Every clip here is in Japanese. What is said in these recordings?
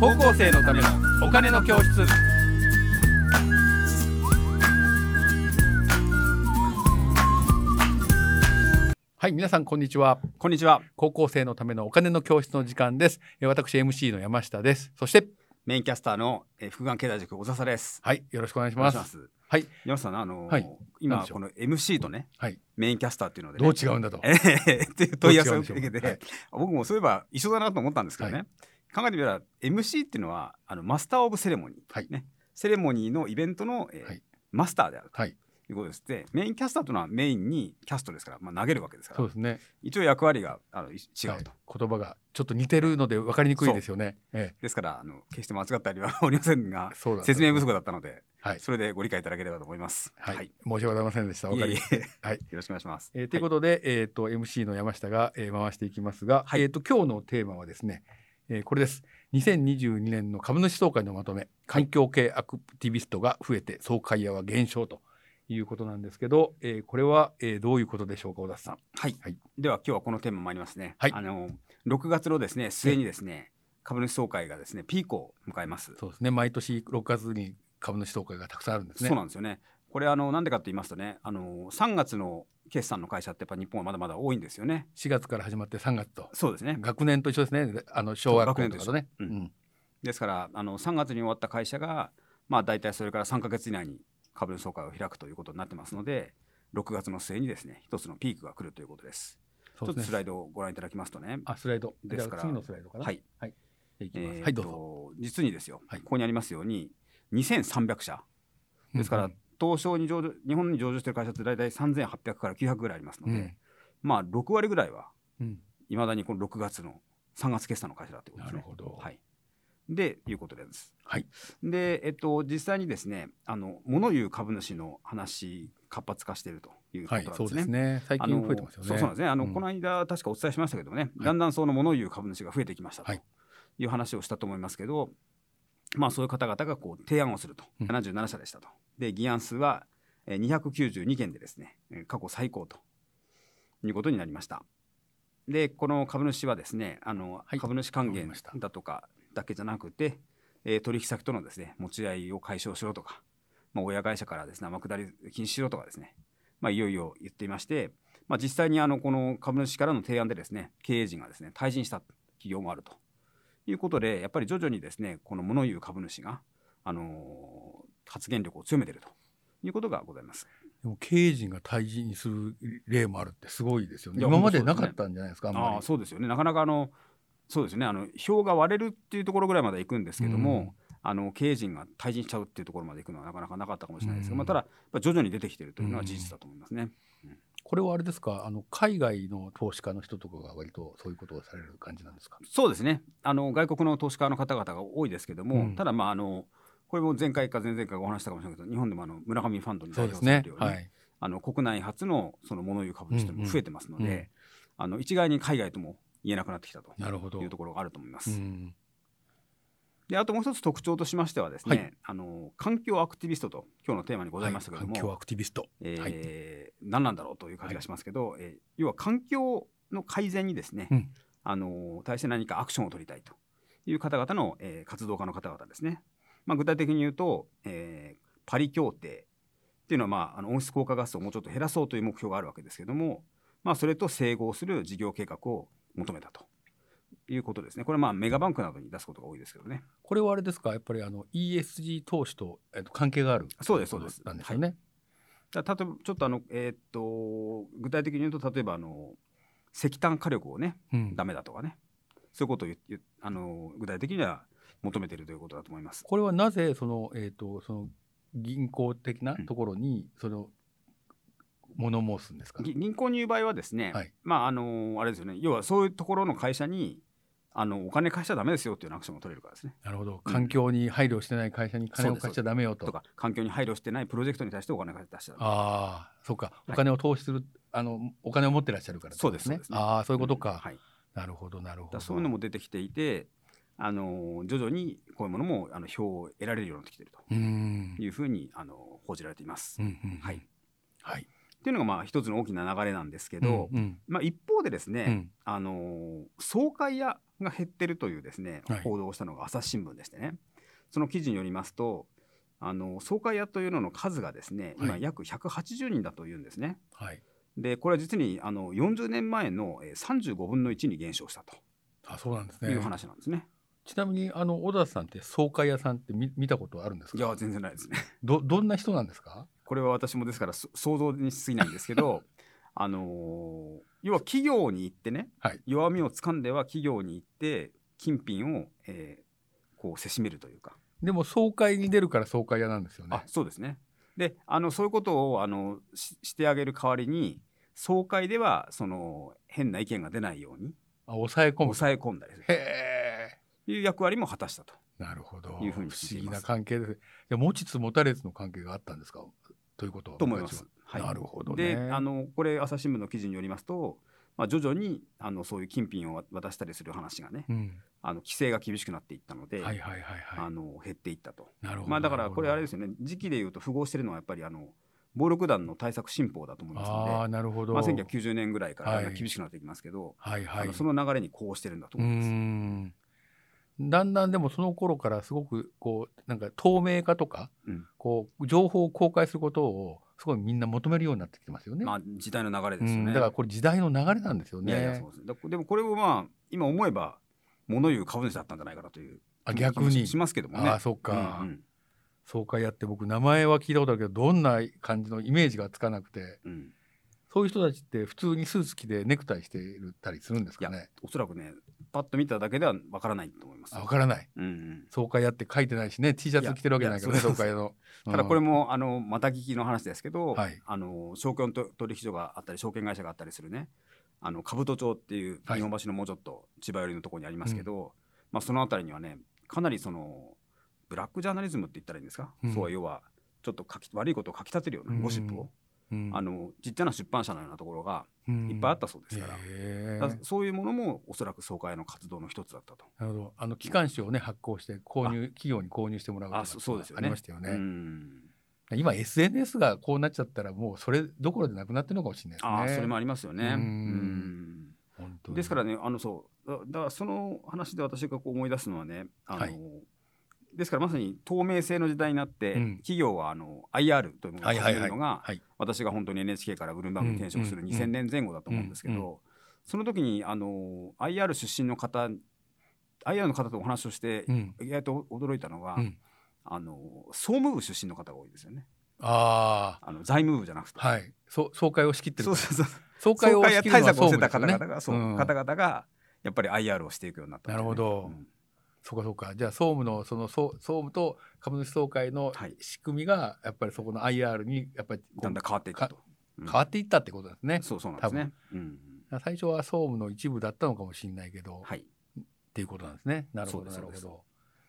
高校生のためのお金の教室はい皆さんこんにちはこんにちは。高校生のためのお金の教室の時間ですえー私 MC の山下ですそしてメインキャスターの、えー、福眼経済塾小笹です。はいよろしくお願いしますお願いしますはい山下さん、あのーはいなん今でしょこうの MC とね、はいメインキャスターっていうので、どね、う違うんだとええっていう問い合わせを受けどう違うんて、でしょうはい僕もそういえば一緒だなと思ったんですけどね、は考えてみたら MC っていうのはあのマスター・オブ・セレモニー、はいね、セレモニーのイベントの、えーはいマスターであるとはいいうことですでメインキャスターというのはメインにキャストですから、まあ、投げるわけですかそうらですね一応役割があのい違うと、はい言葉がちょっと似てるので分かりにくいですよねえですからあの決して間違ったりはおりませんがえそうだ説明不足だったので、はいそれでご理解いただければと思います。はい、申し訳ございませんでしたわかりいえいえは いよろしくお願いします。えーということで、えー、と MC の山下が、えー回していきますが、はいえー、と今日のテーマはですね、えーこれです2022年の株主総会のまとめ環境系アクティビストが増えて総会屋は減少ということなんですけど、えーこれは、えーどういうことでしょうか小田さん。はい、はいでは今日はこのテーマ参りますね。はいあの6月のですね末にですね株主総会がですねピークを迎えます。そうですね毎年6月に株主総会がたくさんあるんですね。そうなんですよね。これあのなんでかと言いますとねあの3月の決算の会社ってやっぱ日本はまだまだ多いんですよね。 4月から始まって3月とそうですね。学年と一緒ですねあの小学校とかとね。そう学年と一緒うんうんですからあの3月に終わった会社がまあ大体それから3ヶ月以内に株主総会を開くということになってますので6月の末にですね一つのピークが来るということです。そうちょでっとすスねライドをご覧いただきますとね。あスライドですからじゃあ次のスライドかな。はい。いきますえはいーどとうぞ。実にですよ、はいここにありますように2300社ですから、うん東証に上場日本に上場している会社って大体3800から900ぐらいありますのうで、んまあ6割ぐらいはうん、いまだにこの6月の3月決算の会社だということでなするね。ほど。はい、でいうことです。はいで、えっと、実際にですねあの物言う株主の話活発化しているということはなんいで、すそね。うですね。最あ近の増えてますよね。そうそうなんですね。あの、うんこの間確かお伝えしましたけどもね、はいだんだんその物言う株主が増えてきましたとはいいう話をしたと思いますけど、まあそういう方々がこう提案をすると、うん77社でしたと。で議案数はえー292件でですね、えー過去最高ということになりました。でこの株主はですね、あの、はい株主還わかり元ましただとかだけじゃなくて、えー取引先とのですね持ち合いを解消しろとか、まあ、親会社からですね天下り禁止しろとかですね、まあ、いよいよ言っていまして、まあ、実際にあのこの株主からの提案でですね経営陣がですね退陣した企業もあるということでやっぱり徐々にですねこの物言う株主が、あのー発言力を強めているということがございます。でも経営陣が退陣する例もあるってすごいですよね。いや今までなかったんじゃないですか。あんまりああそうですよねなかなかあのそうですねあの票が割れるっていうところぐらいまで行くんですけども、あの経営陣が退陣しちゃうっていうところまで行くのはなかなかなかったかもしれないですけど、うんまあ、ただやっぱ徐々に出てきてるというのは事実だと思いますね。これはあれですか。あの海外の投資家の人とかが割とそういうことをされる感じなんですか。そうですねあの外国の投資家の方々が多いですけども、うんただまああのこれも前回か前々回お話したかもしれないけど日本でもあの村上ファンドにそう代で表すされねるよ。うに、はい。あの国内初のその物言う株主というのも増えてますので、うんうんうんあの一概に海外とも言えなくなってきたとなるほど。いうところがあると思いまうす。ん。であともう一つ特徴としましてはですね、はいあの環境アクティビストと今日のテーマにごございましたけれども、環境アクティビスト。えーはい何なんだろうという感じがしますけど、えー要は環境の改善にですね、うんあの対して何かアクションを取りたいという方々の、えー活動家の方々ですね、まあ、具体的に言うと、えーパリ協定っていうのは、まあ、あの温室効果ガスをもうちょっと減らそうという目標があるわけですけども、まあ、それと整合する事業計画を求めたということですねこれはまあメガバンクなどに出すことが多いですけどね。これはあれですか。やっぱりあの ESG 投資とえっと関係がある。そうですそうですなんですよね。だ例えばちょっとあの、えーっと具体的に言うと例えばあの石炭火力をねうんダメだとかねそういうことを言言あの具体的には求めているということだと思います。これはなぜそのえっとその銀行的なところにその物申すんですか。ぎ銀行に言う場合はですね、はいまああのあれですよね要はそういうところの会社にあのお金貸しちゃダメですよっていうようなアクションが取れるからですねなるほどうん環境に配慮してない会社に金を貸しちゃダメよととか環境に配慮してないプロジェクトに対してお金貸し出しちゃダメああそうかいお金を投資する、あのお金を持ってらっしゃるからってそことうですそうですねああそういうことか、うんはい、だなるほどなるほかどらそういうのも出てきていてあの徐々にこういうものもあの票を得られるようになってきているうーんというふうにあの報じられています。うんうんうんはいはいっていうのがまあ一つの大きな流れなんですけど、うんまあ、一方でですね、うんうんあのー総会屋が減ってるというですねはい報道をしたのが朝日新聞でしてね、その記事によりますとあのー総会屋というのの数がですね今はい約180人だというんですね。はいでこれは実にあの40年前のえー35分の1に減少したあそうなんですというね話なんですね。ちなみにあの小田さんって総会屋さんって見見たことあるんですかいや全然ないですね。どどんな人なんですかこれは私もですからそ想像にしすぎないんですけど あのー要は企業に行ってね、はい弱みをつかんでは企業に行って金品を、えーこうせしめるというか、でも総会に出るから総会屋なんですよねあそうですねであのそういうことをあのししてあげる代わりに総会ではその変な意見が出ないようにあ抑え込む抑え込んだりするへえという役割も果たしたと。なるほどいうふうに不聞いています思議な関係ですいや持ちつ持たれつの関係があったんですかということはと思います。はい、なるほどでねあのこれ朝日新聞の記事によりますと、まあ、徐々にあのそういう金品を渡したりする話がねうん、あの規制が厳しくなっていったので、はいはいはいはあいの減っていったと。なるほどまあ、だからこれあれですすよね時期でいうと符合してるのはやっぱりあの暴力団の対策新法だと思いますのでああーなるほど、まあ、1990年ぐらいからだんだはんい厳しくなっていきますけど、はいあはいのその流れにこうしてるんだとうー思います。んだんだんでもその頃からすごくこうなんか透明化とか、うんこう情報を公開することをすごいみんな求めるようになってきてますよね。まあ、時代の流れですよね。うん、だからこれ時代の流れなんですよね。いやいやそうですだでもこれをまあ今思えば物言う株主だったんじゃないかなというあ気も逆に。しますけどもね。ああそっか、うんうんそうかやって僕名前は聞いたことあるけどどんな感じのイメージがつかなくてうんそういう人たちって普通にスーツ着てネクタイしてたりするんですかね。おそらくねパッと見ただけではわからないと思いますあ。わからない。うんうんそうかやって書いてないしね T シャツ着てるわけないからねいやいやそうそうそうかやの。ただこれも、もあのまた聞きの話ですけど、はいあの証券と取引所があったり証券会社があったりするねあの兜町っていうはい日本橋のもうちょっと千葉寄りのところにありますけど、まあ、その辺りにはねかなりそのブラックジャーナリズムって言ったらいいんですか、うんそう要はちょっと書き悪いことを書き立てるようなゴシップを、うんあのちっちゃな出版社のようなところがうんいっぱいあったそうですから,、へえだからそういうものもおそらく総会の活動の一つだったと。なるほど。あの機関誌をね発行して購入企業に購入してもらうとかあそそうですよあねりましたよね。うん今 SNS がこうなっちゃったらもうそれどころでなくなってるのかもしれないですね。ああ、それもありますよね。うんうん本当にですからね、あのそう、だだからその話で私がこう思い出すのはね、あの、はいですからまさに透明性の時代になって、うん企業はあの IR というものをはい始はいはいめるのが、はい私が本当に NHK からブルームバーグに転職するうん2000年前後だと思うんですけど、うんうその時にあの IR 出身の方、IR の方とお話をして、うん、意外と驚いたのは、うんあの総務部出身の方が多いですよね。ああの財務部じゃなくて。あはい。そ総会を仕切ってるそうそうそう。総会総を会仕や切る対のは策を総して務でたす方よね。々が、そううん方々がやっぱり IR をしていくようになったんですよねなるほどうんそうかそうか。じゃあ総務のその総総務と株主総会のはい仕組みがやっぱりそこの IR にやっぱりこうだんだん変わっていったと。うん変わっていったってことですね。そうそうなんですね。うん最初は総務の一部だったのかもしれないけど、はい。っていうことなんですね。なるほそうでど、なするほど。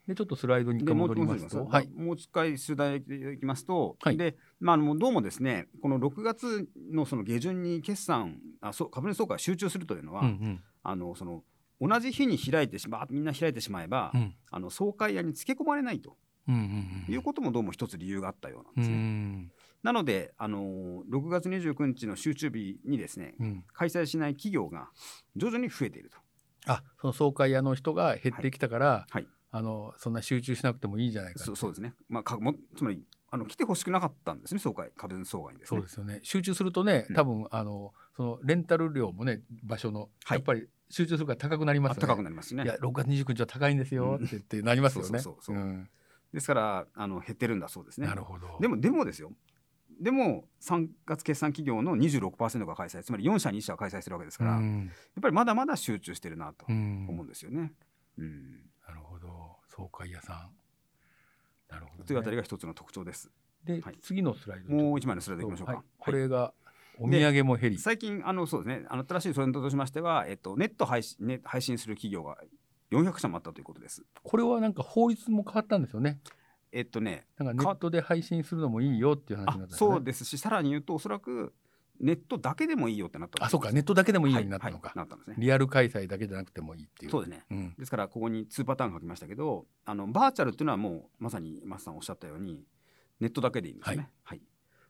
で、ちょっとスライドに一で回もう戻一り回ますと、はい、もう一回取材でいきますと、はいで、まあ、あのどうもですね、この6月のその下旬に決算、あそう株主総会が集中するというのは、うんあのその同じ日に開いてしま、みんな開いてしまえば、うん、うん、あの総会屋につけ込まれないとうん、うん、いうこともどうも一つ理由があったようなんうですね。ん、なので、あの6月29日の集中日にですね、うん、開催しない企業が徐々に増えていると。あ、その総会屋の人が減ってきたから、はいはいあのそんな集中しなくてもいいじゃないか。そうそうですね。まあ、かもつまりあの来てほしくなかったんですね、総会、株主総会にですそうねで。すよね。集中するとねう、ん多分、あのそのレンタル料もね、場所の、はいやっぱり集中するから高くなりまあすよね。高くなりますしねいや、6月29日は高いんですよって言ってなりますよね。そうそうそうそうんですからあの減ってるんだそうですねなるほど。でもでもですよでも3月決算企業の26%が開催つまり4社に1社が開催するわけですうから、やっん、ぱりまだまだ集中してるなとうん、思うんですよね。うんなるほど。総会屋さん。なるほど、というあたりが一つの特徴です。で、はい次のスライドもう一枚のスライドいきましょうか。はいこれがお土産もヘリ、最近あのそうですねあの新しいトレンドとしましては、えっと、ネット配信,、ね、配信する企業が400社もあったということです。これはなんか法律も変わったんですよねえっとねなんかネットで配信するのもいいよっていう話あになったんですねそうですしさらに言うとおそらくネットだけでもいいよってなったあそうかネットだけでもいいようになったのか、はいはいなったんですねリアル開催だけじゃなくてもいいっていうそううですねうんですからここに2パターン書きましたけどあのバーチャルっていうのはもうまさにマスさんおっしゃったようにネットだけでいいんですよね、はい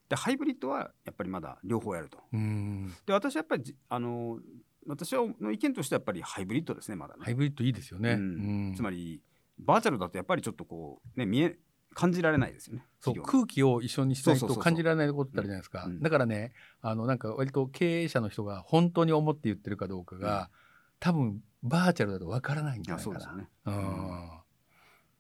でハイブリッドはやっぱりまだ両方やると。うんで私はやっぱりじあの私はの意見としてはやっぱりハイブリッドですねまだね。ハイブリッドいいですよね。うんつまりバーチャルだとやっぱりちょっとこうね見え感じられないですよね。そ企う業の空気を一緒にしないそうそうとそうそう感じられないことってあるじゃないですか、うんうんだからねあのなんか割と経営者の人が本当に思って言ってるかどうかが、多分バーチャルだとわからないんいじゃやないそかうですよな。ね。うん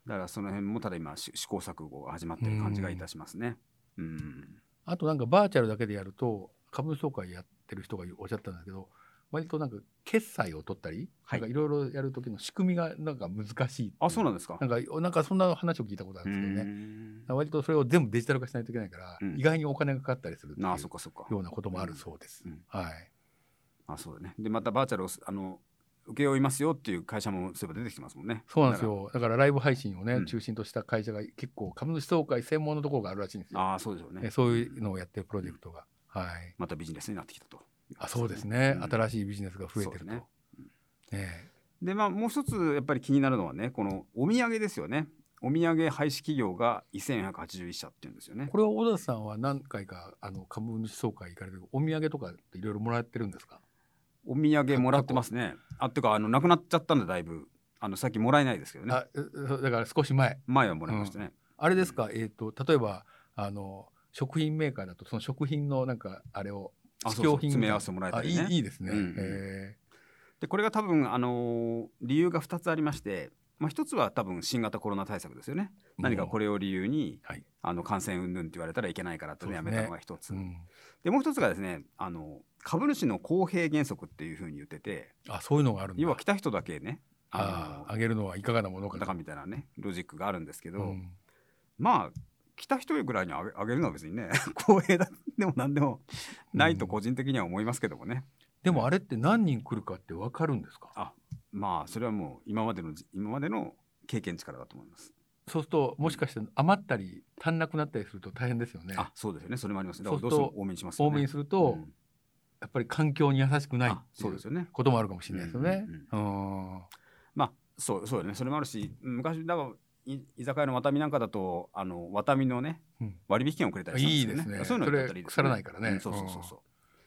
だからその辺もただ今し試行錯誤が始まってる感じがいたしますね。うん。あとなんかバーチャルだけでやると株主総会やってる人がおっしゃったんですけど割となんか決済を取ったり、はいなんかいろいろやる時の仕組みがなんか難しいあそうななんですか。なんかなんかそんな話を聞いたことあるうんですけどね、ん割とそれを全部デジタル化しないといけないから、うん意外にお金がかかったりするっていうなあそっかそっか。ようなこともあるそうです。うんはいあそうだね。でまたバーチャルをあの請け負いますよっていう会社もそういえば出てきてますもんね。そうなんですよだからライブ配信をね、うん中心とした会社が結構株主総会専門のところがあるらしいんですだから。よ、ああそうでしょうえね。そういうのをやってるプロジェクトが、はいまたビジネスになってきたと。あそうですね、うん新しいビジネスが増えてると、そうですねえでまあもう一つやっぱり気になるのはねこのお土産ですよね。お土産廃止企業が1481社っていうんですよえね。これは小田さんは何回かあの株主総会行かれてお土産とかっていろいろもらってるんですかお土産もらってますね。あってかあのなくなっちゃったんでだいぶあのさっきもらえないですけどね。あえそうだから少し前前はもらいましたね。あれですか、えっ、と例えばあの食品メーカーだとその食品のなんかあれをあ試そうそう供品詰め合みたいなわせもらえたりあいね。いいいですね、うんうんえでこれが多分あのー理由が2つありまして、まあ、1つは多分新型コロナ対策ですよね。え何かこれを理由に、はいあの感染云々って言われたらいけないからってね、そやうめですねたのが一つ、うん、でもう一つがですねあの株主の公平原則っていうふうに言っててあそういうのがあるんだ要は来た人だけねあああ上げるのはいかがなもののかだとからみたいなねロジックがあるんですけど、うんまあ来た人ぐらいにあげあげるのは別にね 公平だでも何でもないと個人的には思いますけどもね、でもあれって何人来るかって分かるんですかあまあそれはもう今までのじ今までの経験値からだと思います。そうするともしかして余ったり足んなくなったりすると大変ですよねあそうですよねそれもありますねだからそどううしするてとも多めにしますよ多ね。めにすると、うんやっぱり環境に優しくないあっていそううですよね。こともあるかもしれないですよねうんまあそうそうだねそれもあるしうん昔だからい居酒屋のワタミなんかだとあのワタミのね、うん割引券をくれたりしますよいいですねそういうのやったらいいですよそれ腐らないからねうんそうそうそうそ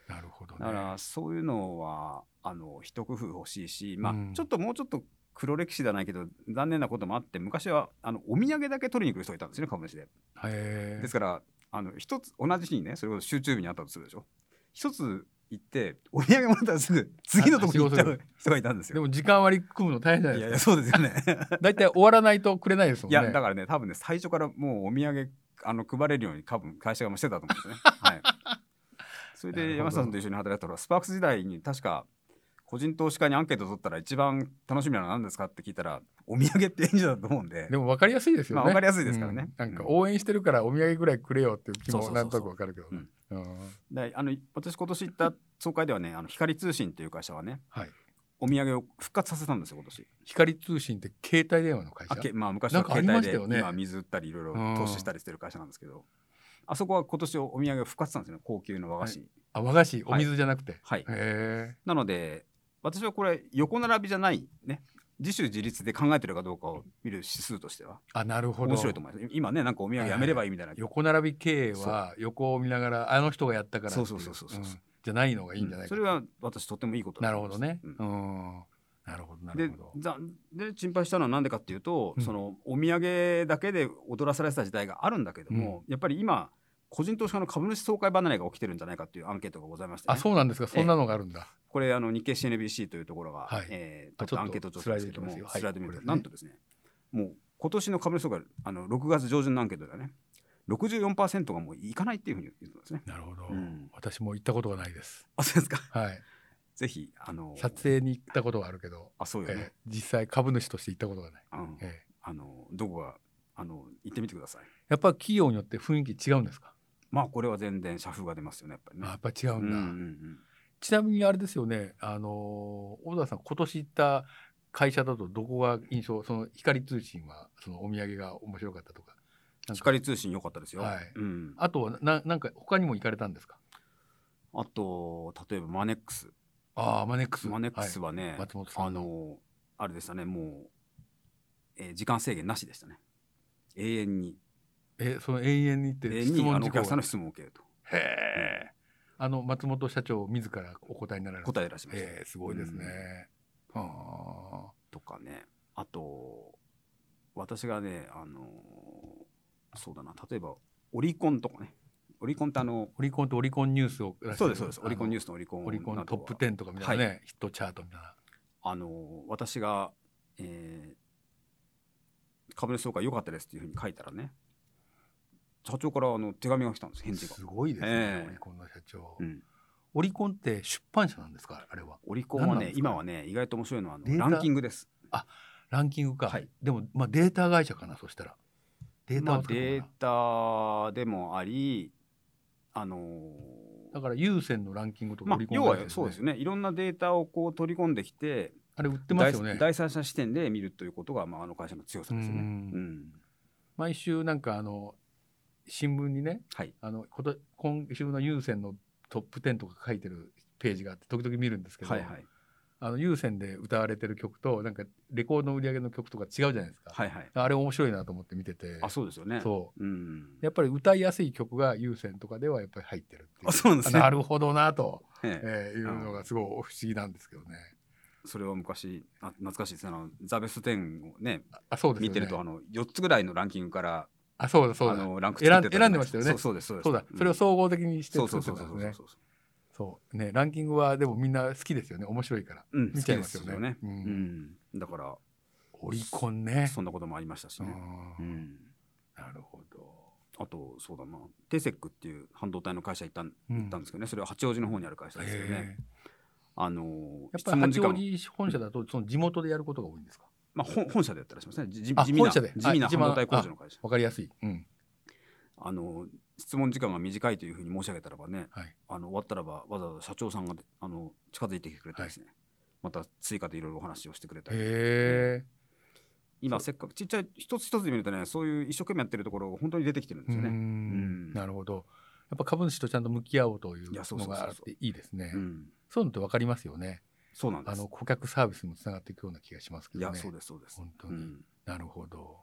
う。なるほどねだからそういうのはあの一工夫欲しいし、まあうんちょっともうちょっと黒歴史じゃないけど残念なこともあって昔はあのお土産だけ取りに来る人がいたんですよね株主で。へえですからあの一つ同じ日にねそれこそ集中日にあったとするでしょ。一つ行ってお土産もらったらすぐ次のとこに行っちゃう人がいたんですでよ。も時間割り組むの大変じゃないいやいでやすかそうですよね。大体終わらないとくれないですもんいねや、だからね、多分ね、最初からもうお土産、あの、配れるように、多分会社がもうしてたと思うんですね。 はい。それなで、るほど山下さんと一緒に働いたら、スパークス時代に、確か。個人投資家にアンケート取ったら、一番楽しみなのは何ですかって聞いたら、お土産って演じだと思うんで。でも分かりやすいですよね、まあ分かりやすいですからねうんなんか応援してるからお土産ぐらいくれよっていう気そうもそうなそんうそとうなく分かるけどねうんであの、私、今年行った総会ではね、あの、光通信っていう会社はね。はいお土産を復活させたんですよ、今年。光通信って携帯電話の会社あけまあ、昔は携なんかありま帯しでたよね今水売ったりいろいろうん投資したりしてる会社なんですけど、あそこは今年お土産を復活したんですよね高級の和菓子に、あ和菓子お水じゃなくて、はい、へなので私はこれ横並びじゃないね自主自立で考えてるかどうかを見る指数としてはーあなるほど面白いと思います今ねなんかお土産やめればいいみたいな、横並び経営は横を見ながらあの人がやったからっていそうそうそうそうそうんじゃないのがいいんじゃないそかれと、は私とってもいいことだなとる思ほいまどすね、ううんんなるほどなでるほどざで心配したのは何でかっていうと、うんそのお土産だけで踊らされてた時代があるんだけども、やっぱり今個人投資家の株主総会離れが起きてるんじゃないかっていうアンケートがございまして、ね、あそうなんですかそんなのがあるんだ、これあの日経 CNBC というところが、はいえあー、ちょっとアンケート調査ですけどもスライドいきますよはいスライド見ることれねなんとですねもう今年の株主総会あの6月上旬のアンケートではね64%がもういかないっていうふうに言ってますね。なるほど、うん私も行ったことがないですあそうですか はいぜひあの撮影に行ったことはあるけど、あそうよえねえ、実際株主として行ったことがない、あのええあのどこがあの行ってみてください。やっぱ企業によって雰囲気違うんですか、まあこれは全然社風が出ますよねやっぱりねあ。やっぱ違ううんだ、んうんちなみにあれですよねあのー小田さん今年行った会社だとどこが印象その光通信はそのお土産が面白かったとかうなん、んか光通信良かったですよ、はいうん、あとはななんか他にも行かれたんですかあと例えばマネックスああマネックスマネックスははね、い、松本さんあのあれでしたねもう、えー時間制限なしでしたね永遠にえその永遠にって永遠質にあ問のお時間客さんのは質問を受けるとへえ。あの松本社長自らお答えになられた。答え出しました、ええすごいですね。はとかねあと私がねあのーそうだな例えばオリコンとかねオリコンってあのあ。オリコンとオリコンニュースを出してる。そうですそうですオリコンニュース。スのオリコンオリコなンどトッはプ10とかみたいなね、ヒットチャートみたいな。あの私が、えー株主総会良かったですっていうふうに書いたらね社長からあの手紙が来たんです返事がす、ごいですね、ええオリコンの社長、うんオリコンって出版社なんですかあれはオリコンは何なんねですか今はね意外と面白いのはあデーのタランキングです、ランキングか、はいでも、まあ、データ会社かなそしたらデータまをあ、使うのかなデータでもありあのーだから有線のランキングとかまオあリ、コン要会社はそうですよねいろんなデータをこう取り込んできてあれ売ってますよね第第三者視点で見るということが、まあ、あの会社の強さですよね。ううんん毎週なんかあの新聞にねはい、あのこと今週の有線のトップ10とか書いてるページがあって時々見るんですけど、はいはいあの有線で歌われてる曲となんかレコードの売り上げの曲とか違うじゃないですか、はいはいあれ面白いなと思って見ててあそうですよね。そううんやっぱり歌いやすい曲が優先とかではやっぱり入ってるっていうあそうなんですねなるほど なと、えええーいうのがすごい不思議なんですけどね。それは昔あ懐かしいですねあのザ・ベスト10をねあそうですよね。見てるとあの4つぐらいのランキングからあそうだそうあだ。のランク作って選ん選んでましたよねそうそうですそうですそうだ。それをう総合的にしんてそう作そうってそたんうでそうそうそうすね。そうそうねランキングはでもみんな好きですよね。面白いからうん見好ちきゃいまですすよよねねううんんだからオリコンね。そんなこともありましたしうねうんんなるほど。あとそうだなテセックっていう半導体の会社行ったんう行ったんですけどねそれは八王子の方にある会社ですよねへあのえやっ質ぱり問時間八王も子本社だとその地元でやることが多いんですか。まあ本本社でやったらしいですねじ地あ味本な社地で味あな一半番導体工事の会社わかりやすい。うん。あの質問時間が短いというふうに申し上げたらばね、はいあの終わったらばわざわざ社長さんがあの近づいてきてくれたりですね、また追加でいろいろお話をしてくれたりへえ。今せっかくちっちゃい一つ一つ見るとねそういう一生懸命やってるところが本当に出てきてるんですようね。ーんうんなるほど。やっぱ株主とちゃんと向き合おうといういやそうそのうそうそうがあっていいですね。うんそういうのってわかりますよね。そうなんであすの顧客サービスにもつながっていくような気がしますけいどやね。そうですそうです、本当うに、ん、なるほど。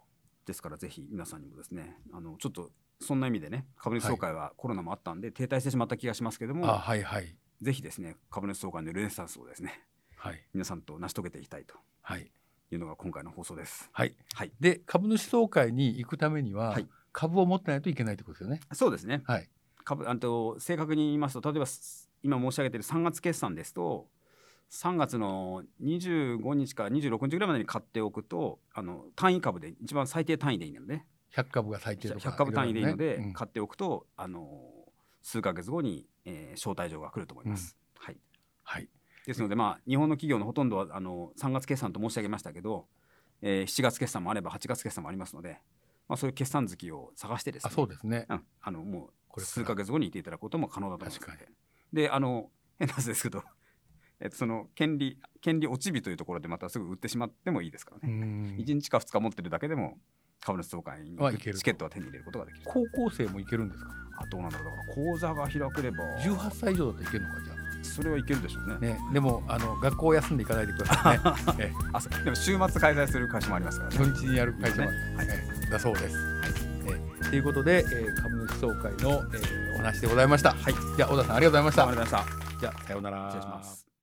ですからぜひ皆さんにもですねあのちょっとそんな意味でね株主総会はコロナもあったんで停滞してしまった気がしますけども、あはいはいぜひですね株主総会のルネサンスをですねはい皆さんと成し遂げていきたいとはいいうのが今回の放送です。はい。はい、で株主総会に行くためには、はい株を持ってないといけないってことですよね。そうですねはい。株あと正確に言いますと例えばす今申し上げている3月決算ですと3月の25日から26日ぐらいまでに買っておくとあの単位株で一番最低単位でいいので、ね、 100株が最低とか、 100株単位でいいのろろねでうん買っておくと、あの数ヶ月後に、えー招待状が来ると思います。はい、はいですので、まあ、日本の企業のほとんどはあの3月決算と申し上げましたけど、えー7月決算もあれば8月決算もありますので、まあ、そういう決算月を探してですあねそうですね。うん、あのもうこれから数ヶ月後にいていただくことも可能だと思います確かであの変な話ですけど、えっと、その権利権利落ち日というところでまたすぐ売ってしまってもいいですからうね、ん一1日か2日持ってるだけでも株主総会にはいいけるとチケットは手に入れることができる高校生も行けるんですか。あどうなんだろうだから口座が開ければ18歳以上だといけるのかじゃあ。それはいけるでしょうねね、でもあの学校を休んでいかないでくださいね。え あそうでも週末開催する会社もありますからね土日にやる会社は、ねはいえだそうです。えということで、えー株主総会の、えーお話でございました。はい、じゃあ小田さんありがとうございましありがとうごた。ざいましたじゃあさようなら。失礼します